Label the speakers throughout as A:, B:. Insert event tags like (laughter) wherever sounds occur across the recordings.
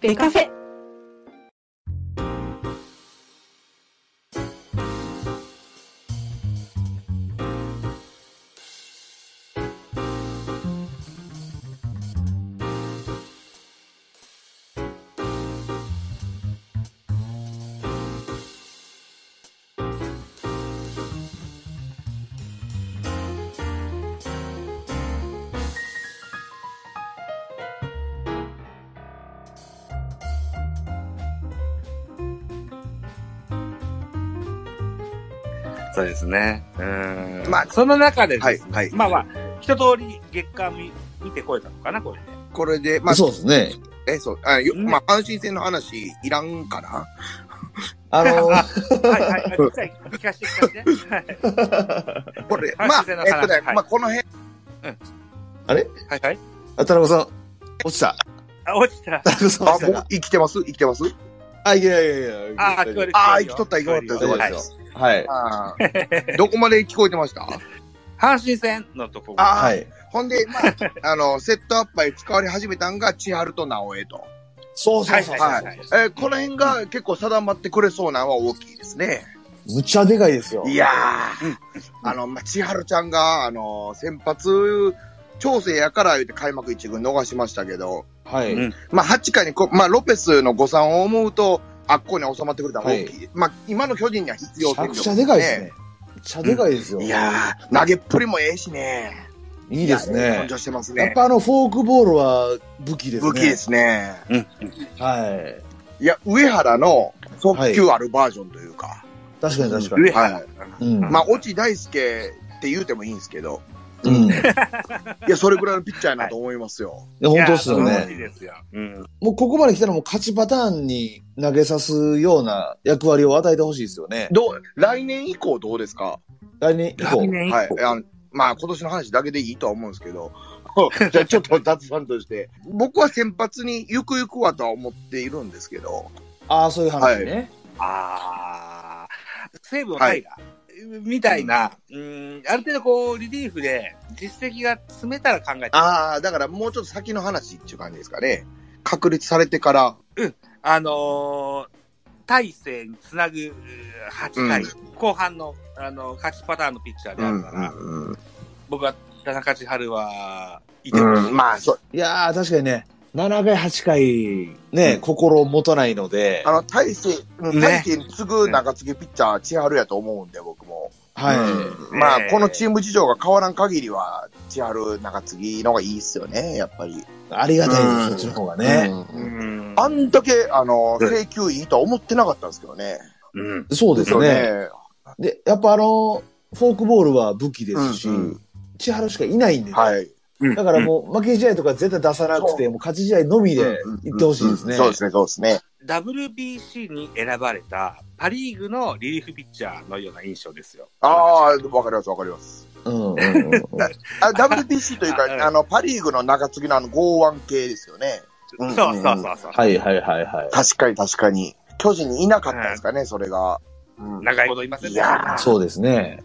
A: ベカフェ。
B: そうですね。うーん。
C: まあ、その中で
D: は
C: で
D: い
C: す、、
D: はい。
C: まあまあ、一通り月間見見てこれたのかな、これで。
D: これで、まあ、
E: そうですね。
D: え、そう、あよ
C: うん
D: まあ、阪神戦の話、いらんかな
E: あの (laughs) ー、
C: はいはいはい。じゃあ聞かせて聞かせて。はい
D: これ、
C: はい
D: ま
C: (laughs)
D: あ、
C: 阪神
D: え
C: 戦の話
D: っとね、
C: はい
D: まあ、この辺、
C: はいはい。
E: あ、田中さん、落ちた。
C: あ、落ちた。
E: 田中さん
D: あ、も
E: 落
D: う
E: ちたか。
D: 生きてます生きてます
E: あ、いやいやいや。
C: あー、聞こえる。
D: あ
C: 聞
D: ー生きと
C: こ
D: った
C: えるよ
D: 生きとった
E: 大丈夫
C: は
E: で
C: い。
E: すよ。はい。
D: あーどこまで聞こえてました
C: 阪神戦のとこ
D: あー
E: はい。
D: ほんで、ま
C: (laughs)
D: あ、あの、セットアッパーに使われ始めたんが、千春と直江と。
E: そうそうそう。
C: はいはい
E: はい
D: えーこの辺が結構定まってくれそうなのは大きいですね。
E: むっちゃでかいですよ。
D: いやー、あの、まあ、千春ちゃんが、あの、先発調整やから言って開幕一軍逃しましたけど、
E: はい。
C: うん
D: まあ、8回にこ、まあ、ロペスの誤算を思うと、あっこに収まってくれたのは大きい。まあ、今の巨人には必要
E: めちゃくちゃでかいですね。めっちゃでかいですよ。
D: いやー、投げっぷりもええしね。
E: いいです
D: いや
E: ね
D: 根。性してます
E: やっ
D: ね。
E: ぱあのフォークボールは武器ですね。
D: 武器で。すね。
E: はい。
D: いや、上原の速球あるバージョンというか。
E: 確かに確か
C: 上
D: はい。
E: に。うん。
D: まあ、落ち大輔って言うてもいいんですけど、
E: うん。いや、
D: いや、それぐらいのピッチャーやなと思いますよ。
E: 本当ですよ
C: いや素晴らし
E: ね。
C: いですよ。
B: うん。
E: もうここまで来たらもう勝ちパターンに投げさすような役割を与えてほしいですよね。
D: (laughs) どう、来年以降どうですか
E: 来年以降。
C: 年
D: はい。あのまあ、今年の話だけでいいとは思うんですけ (laughs) ど、じゃあちょっと雑談として、僕は先発にゆくゆくはとは思っているんですけど、
E: ああ、そういう話ね。
C: ああ、西武のタイガーみたいな、うん、ある程度こう、リリーフで実績が積めたら考えて、あ
D: ああ、だからもうちょっと先の話っていう感じですかね。確立されてから、
C: のー、大勢につなぐうー8回、後半の、あのー、勝ちパターンのピッチャーであるから、
D: うん、
C: 僕は田中千春はいてほしい
D: うん、まあ、そう、
E: いやー、確かにね、7回、8回、ね、心もとないので
D: あ、の、大勢、う
C: ね
D: ん大勢に次ぐ中継ぎピッチャー、千春やと思うんで、僕も。
E: はい。
D: うんまあ
C: え、え
D: このチーム事情が変わらん限りは、千春中継ぎの方がいいっすよね、やっぱり。
E: ありがたいで
D: うん
E: す、そっちの方がね。
D: うん
C: うん
D: あんだけ、あの、
B: うん
D: 請求いいとは思ってなかったんですけどね。
B: うん。
E: そうですね。
D: ね。
E: で、やっぱあの、フォークボールは武器ですし
D: うんうん、
E: 千原しかいないんでね。
D: はい。
E: だからもう、負け試合とか絶対出さなくて、もう勝ち試合のみで行ってほしいですね。
D: そうですね、そうですね。
C: WBC に選ばれたパ・リーグのリリーフピッチャーのような印象ですよ。
D: ああ、わかります、わかります。
E: う
D: (laughs)
E: んうんうんうん。 (laughs)
D: あ WBC という
C: あうん
D: か、あの、パリーグの中継ぎのあの、剛腕系ですよね。うん
C: そうそうそうそう。
E: はいはいはいはい。
D: 確かに確かに。巨人にいなかったんですかね、それが。うん
C: 長いこといません
D: いや
E: そうですね。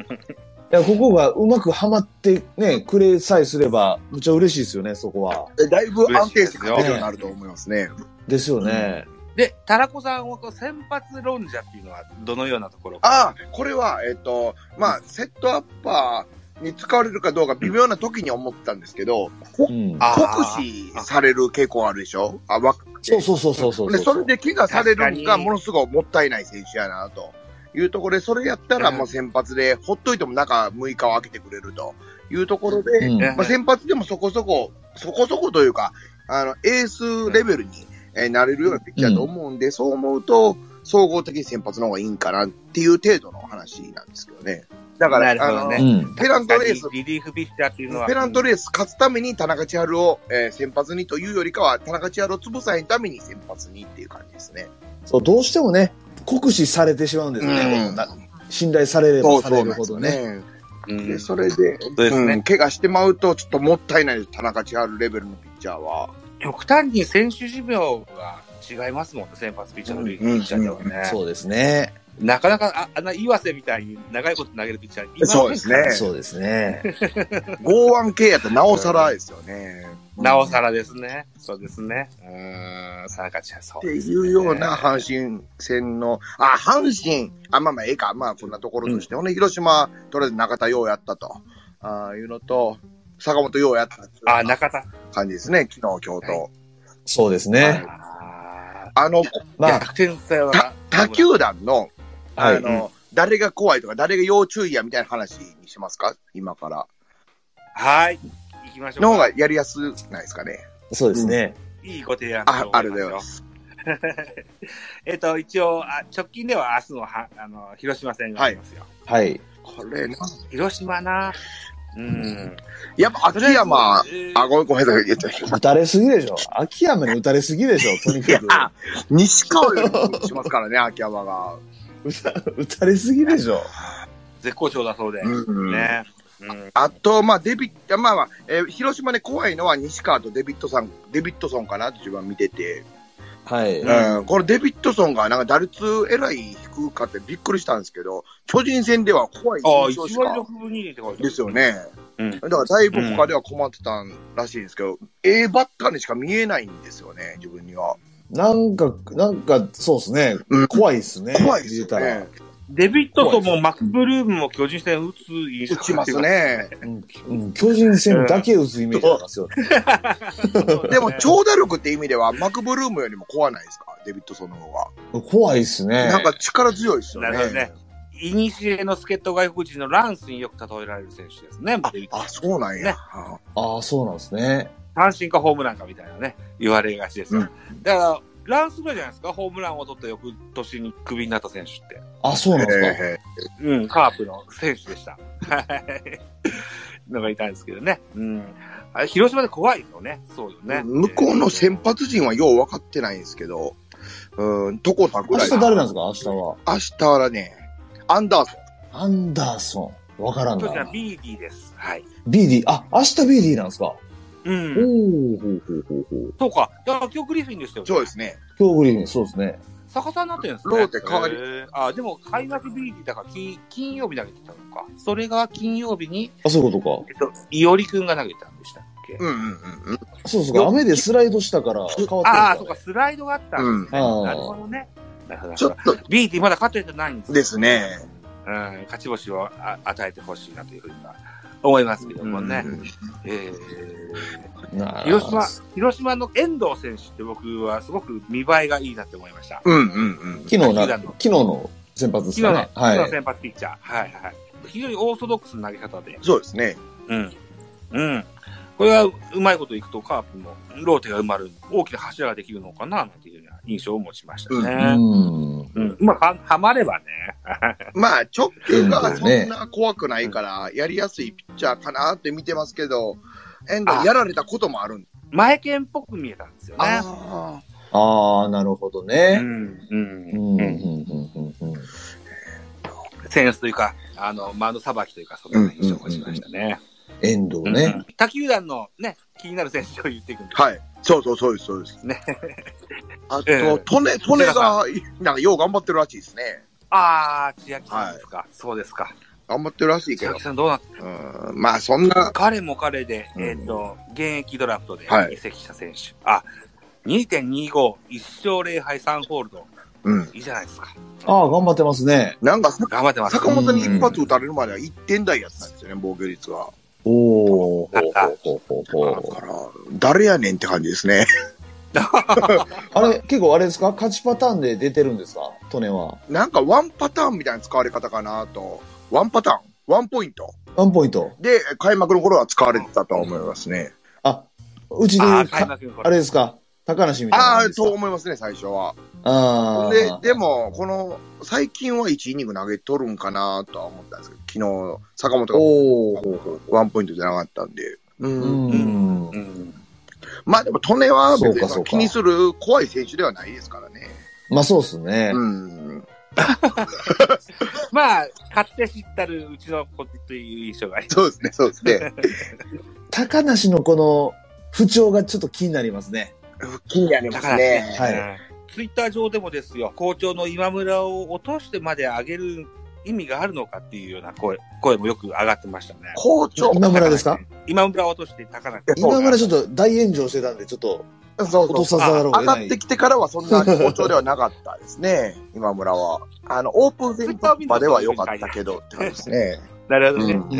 E: いやここがうまくはまってね、くれさえすれば、むっちゃ嬉しいですよね、そこは。
D: えだいぶ安定して勝てるよう
E: 嬉しいですよ
D: になると思いますね。
E: ですよね。
C: で、タラコさんはこう先発論者っていうのはどのようなところ
D: ああ、これは、えっ、と、まあ、セットアッパーに使われるかどうか微妙な時に思ったんですけど、こ
E: うん。
C: あ
D: 酷使される傾向あるでしょあ、わ
E: そうそうそうそうそう
D: で、
E: そ
D: そうれで怪我されるの
C: 確
D: が
C: かに
D: ものすごくもったいない選手やなというところで、それやったら
C: うん
D: もう先発で、ほっといても中6日を空けてくれるというところで、
E: うん
D: まあ、先発でもそこそこ、そこそこというか、あの、エースレベルに、えーなれるようなピッチャーだと思うんで、そう思うと、総合的に先発の方がいいんかなっていう程度の話なんですけどね。だから、
C: なるほどね
D: あ
E: う
D: の、
E: ん。
D: ペナントレース
C: リリーフピッチャーっていうのは。
D: ペナント
C: レ
D: レース勝つために田中千春を、えー先発にというよりかは、田中千春を潰さないために先発にっていう感じですね。
E: そう、どうしてもね、酷使されてしまうんですよね。
D: うん
E: な信頼されれ
D: そ
E: ば
D: う
E: さ
D: そ
E: れ
D: う
E: るほどね。
B: う
D: で、
B: ん。
D: それで、
B: そうですね
D: うん怪我してまうと、ちょっともったいないです、田中千春レベルのピッチャーは。
C: 極端に選手寿命が違いますもんね、先発ピッチャーとリリーフピッチャーではね。
E: そうですね。
C: なかなか、ああんな岩瀬みたいに長いこと投げるピッチャーいませんから
D: そうですね。
E: そうですね。
D: 剛腕系やったらなおさらですよね。
C: なおさらですね。そうですね。うーん、さらかちゃん、そ
D: っ
C: う
D: て
C: です
D: い
C: ね、
D: うような阪神戦の、あ、阪神、あ、まあまあ、ええか、まあ、こんなところとして、ほんで、広島、とりあえず中田ようやったと、ああいうのと、坂本ようやったっていう
C: あ、中田。
D: 感じですね、昨日、京都。
C: は
E: そうですね。
C: あ
D: あの、
C: ー
E: まあ、
C: 逆転サヨナラ。
D: 他球団の、
E: は
D: あ
E: い。
D: の、誰が怖いとか、誰が要注意やみたいな話にしますか今から。
C: はい。行きましょうか。
D: の方がやりやすないですかね。
E: そうですね。
C: いいご提案
D: あ
C: と、
D: あ
C: 思い
D: りが
C: ます
D: とうござい
C: よ
D: ま。す。
C: えっと、一応、あ直近では明日のはあの広島戦がありますよ。
E: はい。
D: これな。
C: 広島な。うん。
D: やっぱ、秋山
C: と、りえず
D: あ、ごめん、ごめんなさい、言っち
C: (laughs)
D: ゃいました
E: 打たれすぎでしょ。秋山に打たれすぎで
D: (laughs)
E: しょ。とにかく。
D: あ西川よりもしますからね、秋山が。
E: (laughs) 打たれすぎでしょ。
C: 絶好調だそうで。
D: う
C: (laughs)
D: ん
C: ね。うん。
D: あと、まあ、デビッ、まあまあ、えー広島で怖いのは西川とデビットさん、デビットソンかなって自分は見てて、
E: はい。
D: うん、このデビットソンがなんか打率えらい低かってびっくりしたんですけど、巨人戦では怖い
C: ああ、
D: 印象し
C: 1割
D: か
C: 6分2厘ってこと
D: ですよ。ね。
C: うん
D: だからだいぶ他では困ってたらしいんですけど、A バッターにしか見えないんですよね、自分には。
E: なんか、なんか、そうですね。
D: うん
E: 怖いですね。
D: 怖いです
E: 言
D: よ
E: うたら
D: ね。
C: デビットソンもマックブルームも巨人戦打つ印象
D: 打ちます。ね。
E: うんうん巨人戦だけ打つイメージありますよね。
D: でも、長打力って意味では、マクブルームよりも怖ないですか、デビットソンの方が。
E: 怖いですね。
D: なんか力強いですよ
C: なるほどね。いにしえの助っ人外国人のランスによく例えられる選手ですね。デビッドソン
D: あ、そうなんや。
C: ね
D: あ
E: ああ、そうなんですね。
C: 単身かホームランかみたいなね、言われがちですよ。
D: う
C: だから、ランスぐらいじゃないですか、ホームランを取った翌年にクビになった選手って。
E: あそうなんですか。
D: え
C: うん、カープの選手でした。はい。のがいたんですけどね。うん。あれ広島で怖いよね。そうよ
D: え
C: ね。
D: 向こうの先発陣はよう分かってないんですけど、うん、トコさんぐ
E: 明
D: らい
E: 日。誰なんですか明日は。
D: 明日はね、アンダーソ
E: アンダーソン。わからん
C: 当時は
E: な。
C: ビーディです。はい。
E: BD。あ、明日 BD なんですか。
C: うん。
E: おーほうほうほうほう。
C: そうか。だから今日グリフィンでしたよ、
D: ン。そうですね。
E: 今日グリフィン、そうですね。
C: 逆さになってるんですね。
D: ローテ変わり
C: へーあ、でも開幕ビーディだから金金曜日投げてたのか。それが金曜日に、
E: あ、そういうこと
C: えっと、いおりくんが投げたんでしたっけ
D: うんうんうんうん。
E: か。そうそう。雨でスライドしたから変わった
C: ああ、
E: ん
C: そう
E: です
C: か、スライドがあったんですね。
E: うん
C: なるほどね。なるほどな
D: ち
C: る
D: ょ
C: ほ
D: っと
C: ど。ビーティまだ勝ててないんですよ
D: ですね。
C: うん、勝ち星をあ与えてほしいなというふうには思いますけどもね。
D: うん
C: え
E: かな
C: ー
E: あ
C: 広島、広島の遠藤選手って僕はすごく見栄えがいいなって思いました。
D: うんうん
E: 昨日な、
C: 球団の
E: 昨日の先発です
C: 昨日
E: か
C: の、
E: ね。は
C: 昨日の
E: い。
C: 先発ピッチャー。はいはい。非常にオーソドックスな投げ方で。
D: そうですね。
C: うん。うん。これはうまいこといくとカープもローテが埋まる大きな柱ができるのかななんていうような印象を持ちました
E: う
C: ね。
E: ん。
C: うん。まあ、ははまればね。
D: まあ、直球が
E: 遠
D: そ
E: 藤ね
D: んな怖くないから、やりやすいピッチャーかなって見てますけど、遠藤やられたこともあるんで。
C: 前剣っぽく見えたんですよね。
D: あ
E: ああ、なるほど
C: う
E: ね。
C: ん。うん
E: う。ん。うん。
C: う
E: うんん。うん。うん
C: センスというか、あの、マウンドさばきというか、そんなような印象を持ちましたね。
E: 遠藤ね。
C: 他球団のね、気になる選手を言っていくんで
D: あ。はい。そうそうそうです、そうです。
C: ね。
D: あ
C: ええ
D: と、トネ、トネが、なんかよう頑張ってるらしいですね。
C: あー、千秋さんですか。そうですか。
D: 頑張ってるらしいけ
C: 千
D: ど
C: 秋。さんどうなっ
D: うんまあ、そんな、
C: 彼も彼で、
E: うん
C: えっ、と、現役ドラフトで
D: はい
C: 移籍した選手。あ、2.25、1勝0敗3ホールド。
D: うん。
C: いいじゃないですか。
E: ああ、頑張ってますね。
D: なんか、さ
C: 頑張ってます。
D: 坂本に一発打たれるまでは1点台やったんですよね、防御率は。
E: おお。ほうほうほうほう
D: だ
E: ほう。
D: から、誰やねんって感じですね。
E: あれ、結構あれですか勝ちパターンで出てるんですかトネは。
D: なんか、ワンパターンみたいな使われ方かなと。ワンパターンワンポイント。
E: ワンポイント。
D: で、開幕の頃は使われてたと思いますね。
E: あ、うちで言
C: あ
E: う
C: ー、開
E: か、
C: 幕にこ
E: あ
C: れ。
E: れですか高梨みたいな
D: あ
E: 感じ
D: あ、
E: ですか。
D: そう思いますね、最初は。
E: あ
D: で
E: あ。、
D: でも、この、最近は1イニング投げとるんかなとは思ったんですけど、昨日、坂本
E: おお。
D: がワンポイントじゃなかったんで。う。
E: うんん。
C: うん。
D: まあでも、トネは別
E: そうかそう
D: に
E: か
D: 気にする怖い選手ではないですからね。
E: まあそうっすね。
D: うん。
C: まあ、勝手知ったるうちの子という印象があり
D: そうですね、そうですね。
E: 高 (laughs) 梨のこの不調がちょっと気になりますね。
D: 気になり
C: ますね。
E: はい
C: うんツイッター上でもですよ、好調の今村を落としてまで上げる意味があるのかっていうような声、声もよく上がってましたね。
D: 校長。
E: 今村ですか
C: 今村を落として高梨。
E: 今村ちょっと大炎上してたんで、ちょっと
D: そうそう
E: 落とさざる
D: 上
E: を得
D: が
E: な
D: っ
E: い
D: て。きてからはそんな好調ではなかったです
E: (laughs)
D: ね、今村は。あの、オープン戦突破では良かったけどって感じですね。
C: なるほどね。
D: うん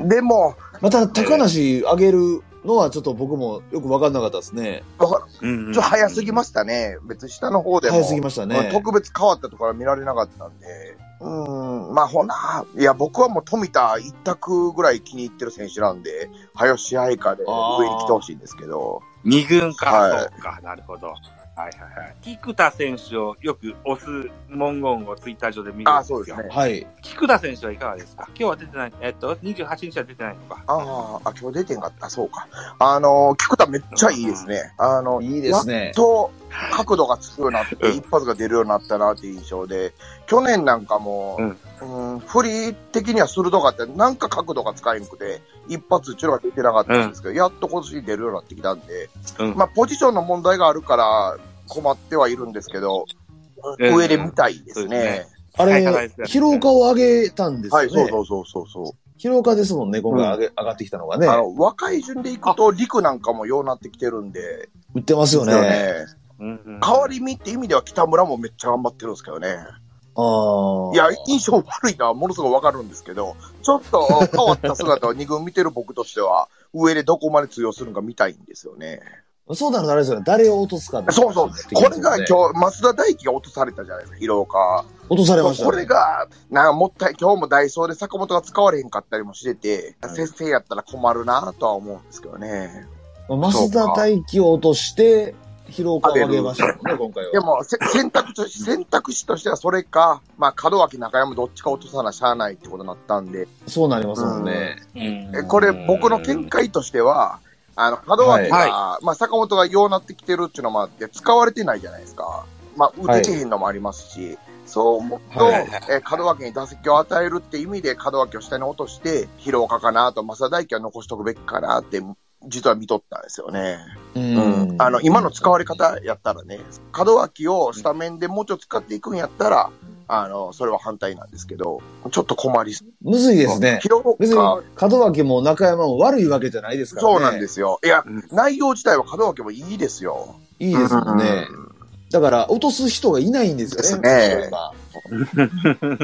E: うん。
D: でも、
E: また、高梨上げるのはちょっと僕もよくわかんなかったですね。
C: うん
D: ちょっと早すぎましたね。別に下の方でも。
E: 早すぎましたね。
D: 特別変わったところは見られなかったんで。うーん、まあほな、いや僕はもう富田一択ぐらい気に入ってる選手なんで、早試合下で
E: あー
D: 上に来てほしいんですけど。
C: 二軍か、
D: はい
C: そうか、なるほど。はいはいはい。菊田選手をよく押す文言をツイッター上で見るんですよ。
D: あーそうですね。
E: はい。
C: 菊田選手はいかがですか今日は出てない、えっと、28日は出てないのか。
D: あーあ、今日出てんかった、そうか。あのー、菊田めっちゃいいですね。あの、
E: いいですね。
D: と角度がつくようになって、一発が出るようになったなっていう印象で、去年なんかも
C: う
D: う、うん、振り的には鋭かった、なんか角度が使えんくて、一発ちゅうのが出てなかったんですけど、やっと今年出るようになってきたんで、
C: うん
D: まあ、ポジションの問題があるから困ってはいるんですけど、
C: うん
D: 上で見たいです
C: そうで
D: ね。
E: あ
C: はい
E: れ
C: 高梨、です
E: 広岡を上げたんですよ
D: は
E: ね。
D: い、そうそうそうそうそう。
E: 広岡ですもんね、今回上げ、上がってきたのがね
D: あ。の、若い順でいくと、陸なんかもようなってきてるんで、
E: 売ってますよね。
D: ですよね
C: うんうん
D: 代わり身って意味では北村もめっちゃ頑張ってるんですけどね。
E: ああ。
D: いや、印象悪いのはものすごくわかるんですけど、ちょっと
E: (laughs)
D: 変わった姿を2軍見てる僕としては、上でどこまで通用するのか見たいんですよね。
E: そうなるとあれですよね。誰を落とすかって
D: そうそう
E: なって。きま
D: こ
E: す
D: れ
E: よね
D: が今日、増田大輝が落とされたじゃないですか、広岡。
E: 落とされましたね。
D: これが、なんかもったい、今日もダイソーで坂本が使われへんかったりもしてて、
E: はい
D: 先生やったら困るなとは思うんですけどね。
E: 増田大輝を落として、広岡を上げましたもんね、今回は。
D: でも、せ選択肢、選択肢としてはそれか、まあ、門脇、中山どっちか落とさなしゃあないってことになったんで、
E: そうなりますもんね。
C: うん
D: えこれ、僕の見解としては、あの、門脇が、
C: はい
D: まあ、坂本がようなってきてるっていうのもあって、使われてないじゃないですか。まあ、打ててへんのもありますし、そう思うと、
E: はい
D: え門脇に打席を与えるって意味で、門脇を下に落として、広岡かなと、正大輝は残しとくべきかなって、実は見とったんですよね。
E: うん
D: あの、今の使われ方やったらね、門脇をスタメンでもうちょっと使っていくんやったら、あの、それは反対なんですけど、ちょっと困りそう。
E: むずいですね。
D: 広岡、
E: 別に、門脇も中山も悪いわけじゃないですからね。。
D: そうなんですすよ。いや、
C: うん
D: 内容自体は門脇もいいですよ。
E: いいですもんね。だから、落とす人がいないんですよね。そういえば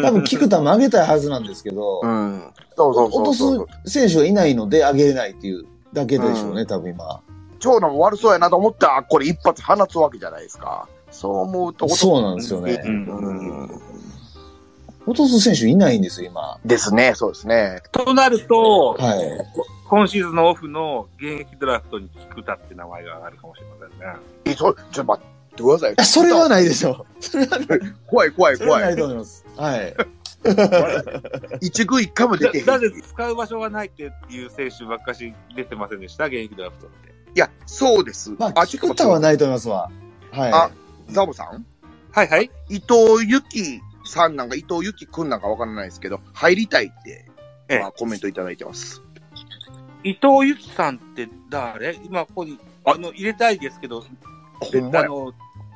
E: 多分、菊田も上げたいはずなんですけど、
D: うん。うん。そうそうそうそう
E: 落とす選手がいないので上げれないっていうだけでしょうね、多分今。
D: 長男も悪そうやなと思ったら、これ一発放つわけじゃないですか。そう思うと、
E: そうなんですよ
C: う
E: ね。
C: ん
D: うん。
E: 落とす選手いないんですよ、今。
D: ですね、そうですね。
C: となると、
E: はい。
C: 今シーズンのオフの現役ドラフトに菊田って名前が上がるかもしれませんね。
D: え、そ、ちょっと待ってください
E: いや。それはないでしょう。それはない。
D: 怖い怖い
E: それはな
D: 怖
E: い
D: い。
E: と思います。はい。
D: 一軍一回も出てへん。
C: だだって使う場所がないっていう選手ばっかし出てませんでした、現役ドラフトって。
D: いや、そうです。
E: まあ、
D: ちょっと
E: 菊田はないと思いますわ。はい。
D: あザボさん
C: はいはい。
D: 伊藤由紀さんなんか、伊藤由紀くんなんかわからないですけど、入りたいって、
C: ええ
D: まあ、コメントいただいてます。
C: 伊藤由紀さんって誰今ここに、あの、入れたいですけど、
D: ほんま
C: あ
D: や。
C: の、 (laughs)
D: ほんま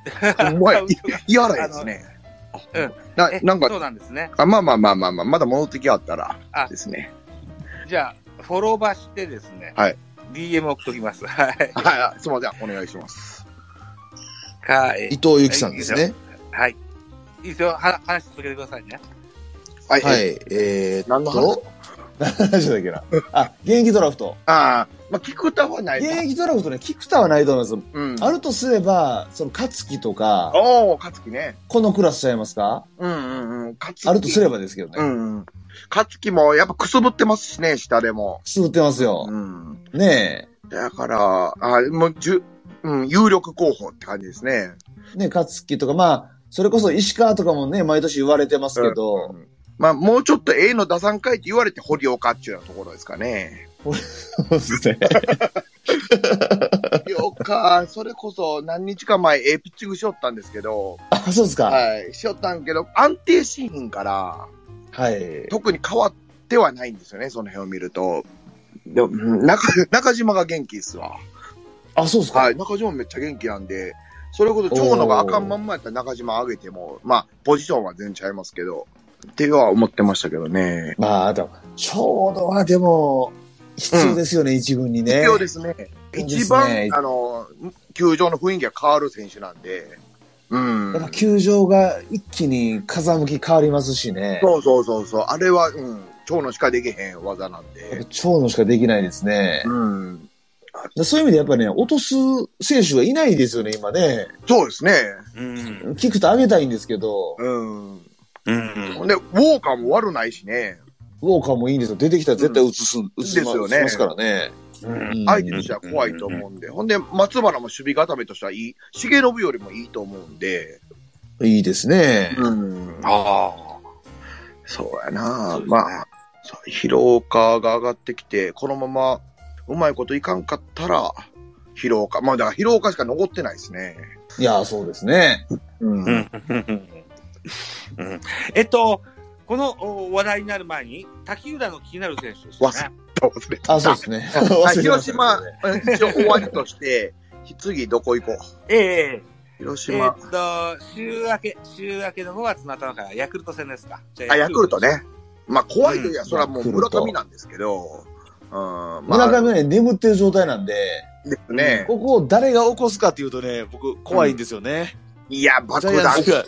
D: や。
C: アカウン
D: い
C: トが
D: 嫌らいですね。
C: うん
D: な
C: え、
D: なんか
C: そうなんですね。
D: あまあまあまあまあまあ、まだ戻ってきはったら
C: あ
D: ですね。
C: じゃあ、フォローバーしてですね。
D: はい。
C: DM 送っときます。 (laughs) はい。
D: はいはい、すみません、お願いします。
C: かえ
E: 伊藤由紀さんですね。
C: はい。いいですよ。は話し続けてくださいね。
D: はい。
E: は
D: え
E: い。えー、
D: 何
E: っ
D: の話
E: と、何の話だっけな。あ、現役ドラフト。
D: ああ、まあ、聞く歌はないな。
E: 現役ドラフトね、菊田はないと思いま
D: うん
E: す。あるとすれば、その、勝木とか、
D: おお、勝樹ね。
E: このクラスちゃいますか
D: うんうんうん。勝樹。
E: あるとすればですけど
D: う
E: ね。
D: んうん。勝樹もやっぱくすぶってますしね、下でも。
E: くすぶってますよ
D: う。ん。
E: ね
D: だから、あもう、じゅ、うん、有力候補って感じですね。
E: え。ねえ、勝木とか、まあ、それこそ石川とかもね、毎年言われてますけど、
D: うんまあ、もうちょっと A の打算会って言われて堀岡っていうようなところですかね。
E: そうですね。
D: 堀岡、それこそ何日か前、ええピッチングしよったんですけど、
E: あ、そうですか。
D: はい、しよったんけど、安定しひんから、
E: はい。
D: 特に変わってはないんですよね、その辺を見ると。でも、うん中、中島が元気ですわ。
E: あ、そうですか
D: は。い、中島めっちゃ元気なんで、それこそ長野があかんまんまやったら中島上げても、まあ、ポジションは全然ちゃいますけど、っては思ってましたけどね。
E: まあ、あと、長野はでも、必要ですよね、一軍にね。
D: 必要ですね。
E: そうですね
D: 一番、あの、球場の雰囲気が変わる選手なんで、うん
E: やっ。ぱ球場が一気に風向き変わりますしね。
D: そうそうそうそう。あれは、うん、長野しかできへん技なんで。
E: 長野しかできないですね。
D: うん。
E: でそういう意味でやっぱね、落とす選手がいないですよね、今ね。
D: そうですね。
C: うん。
E: 聞くと上げたいんですけど、
D: うん。
C: うん。
D: ほんで、ウォーカーも悪ないしね。
E: ウォーカーもいいんですよ。出てきたら絶対映す、映
D: ですよね
E: 映ますからね。うん
D: 相手としては怖いと思うんで。ほんで、松原も守備固めとしてはいい。重信よりもいいと思うんで。
E: いいですね。
D: うん。
C: あ
D: そうやなまあ、そう広岡が上がってきて、このままうまいこといかんかったら、広岡。まあ、だから広岡しか残ってないですね。
E: いや、そうですね。
D: うん
C: あ。うん。うん (laughs) えっと、このお話題になる前に、滝浦の気になる選手ですよね。
D: 忘れた
E: あ、そうですね。
D: はい
E: (laughs) 忘れてま
D: 広
E: した
D: 島、一応終わりとして、 (laughs) 次どこ行こう
C: ええ
D: 広
C: ええ
D: 島。
C: っと、週明け、週明けの5月の頭からヤクルト戦ですか。じゃ
D: あ、ヤクルト。ね。まあ、怖いといえば、
E: ん
D: それはもう村上なんですけど、うん、まあ、
E: 村上はね、眠ってる状態なんで、
D: ですね。
E: ここを誰が起こすかっていうとね、僕、怖いんですよね。
D: いや、爆
E: ジャイア
D: 弾
E: ンツが。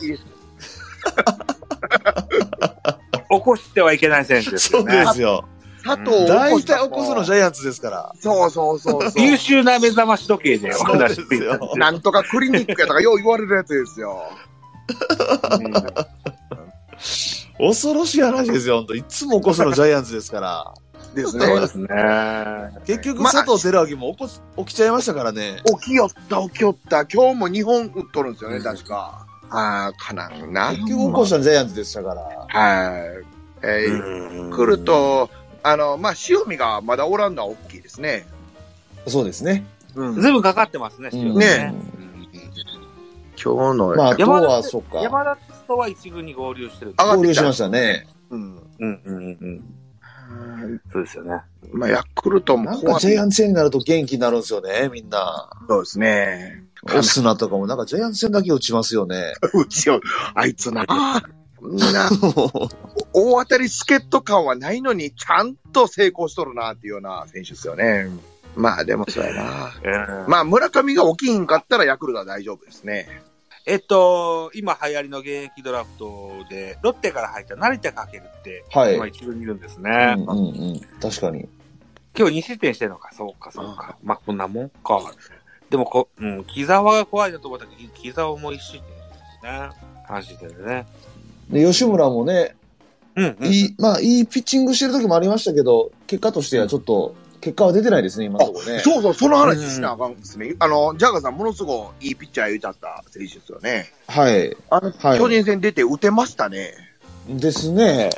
C: 起こしてはいけない選手です
E: そ
C: よ
E: う
C: ね。
E: ですよ。
D: 佐藤
E: 大体起こすのジ
D: ゃ
E: ャイアンツですから。
D: そうそうそう
E: (laughs)
D: そ
C: 優
D: う。
C: 秀な目覚まし時計で
E: そ
C: お
E: うで
C: 話し
E: すよ。
D: なんとかクリニックやとかよう言われるやつですよ。
E: 恐ろしい話ですよ、本当いつも起こすのジャイアンツですから。
D: ですね。
C: そうですね。
E: (laughs) 結局、
D: まあ
E: 佐藤輝明も起こす、起きちゃいましたからね。
D: 起きよった、起きよった。今日も2本打っとるんですよね、確か。ああ、かなんな。
E: 結局起こしたのジャイアンツでしたから。
D: はい。えー来ると、あの、まあ、塩見がまだおらんのは大きいですね。
E: そうですね。
D: うん今
C: ずいぶんかかってますね、
E: うん
D: ね日の、
E: まあ、あと
C: 山田
E: は、そっか。
C: 山田哲人は一軍に合流してる。
D: 上がっ
E: 合
D: て
E: 流
D: き
E: したま。したね。
D: うん。
C: うんうんうん。そうですよね。
D: まあ、ヤクルト
E: な
D: も
E: んか
D: 怖
E: ジャイ
D: い
E: アンツ戦になると元気になるんですよね、みんな。
D: そうですね。
E: オスナとかもなんかジャイアンツ戦だけ落ちますよ (laughs) ね。
D: うちよ、あいつな。みんな、大当たり助っ人感はないのに、ちゃんと成功しとるな、っていうような選手ですよね。まあ、でもそうやな。まあ、村上が起きひんかったらヤクルトは大丈夫ですね。
C: えっと、今流行りの現役ドラフトで、ロッテから入った成田かけるって、
E: はい
C: 今一軍にいるんです
E: う
C: ね。
E: んうんうん。確かに。
C: 今日2失点してるのか、そうか、そうか。まあ、こんなもんか。でもこ、うん、木沢が怖いなと思ったけど、木沢も一失点ですね。阪神戦でね。
E: で、吉村もね、
C: うん、うん。
E: いい、まあ、いいピッチングしてる時もありましたけど、結果としてはちょっと、結果は出てないですね、今のところね。
D: そうそう、その話しなあかんですね。あの、ジャガーさん、ものすごいいいピッチャー言うたった選手ですよね。
E: はい。
D: あの、
E: はい
D: 巨人戦出て打てましたね。
E: ですね。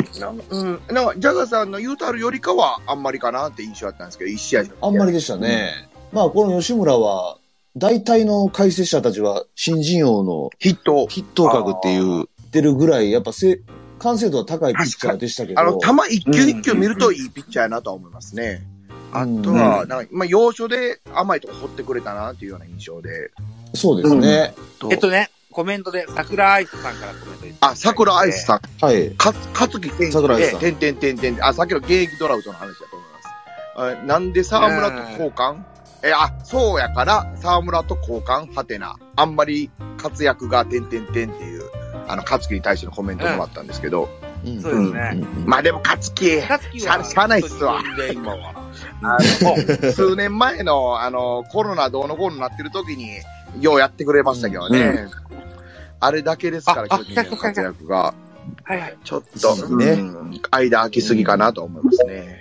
D: うん。なんか、ジャガーさんの言うたるよりかは、あんまりかなって印象だったんですけど、一試合
E: あんまり。でしたね。まあ、この吉村は、大体の解説者たちは、新人王の
D: ヒット。
E: 筆頭格っていう、出るぐらい、やっぱせ、完成度は高いピッチャーでしたけど。
D: あの、球一球一球
C: うん
D: 見るといいピッチャーやなとは思いますね。あ
E: うん
D: とは、なんか、まあ、要所で甘いとこ掘ってくれたなっていうような印象で。
E: そうですね。
D: と
C: えっとね、コメントで、桜アイスさんからコメントいただいて
D: あ、桜アイスさん、
E: はい。
D: か、かつき健
E: 桜アイスさん
D: てんてんてんてん、あ、さっきの現役ドラフトの話だと思います。あなんで沢村と交換え、あ、そうやから、沢村と交換はてな。あんまり活躍がてんてんてんっていう、あの、勝木に対してのコメントもあったんですけど。
E: うん
C: そうですね。
E: うん
D: まあでも勝木、
C: 高槻
D: しゃしゃあないっすわ
C: 本当に呼んで今
E: (laughs)
C: は。
D: (laughs) あの、数年前の、あの、コロナどうのこうのなってる時に、ようやってくれましたけどね。
C: う
D: あれだけですから、
C: ああ
D: 巨
C: 来
D: 人の
C: た来た来
D: 活
C: た
D: 躍が。
C: はいはい。
D: ちょっと、
E: そうね
D: うん間空きすぎかなと思いますね。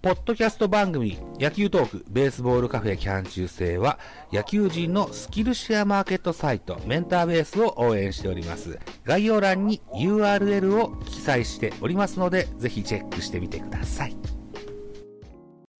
A: ポッドキャスト番組野球トークベースボールカフェキャン中制は野球人のスキルシェアマーケットサイトメンターベースを応援しております。概要欄に URL を記載しておりますのでぜひチェックしてみてください。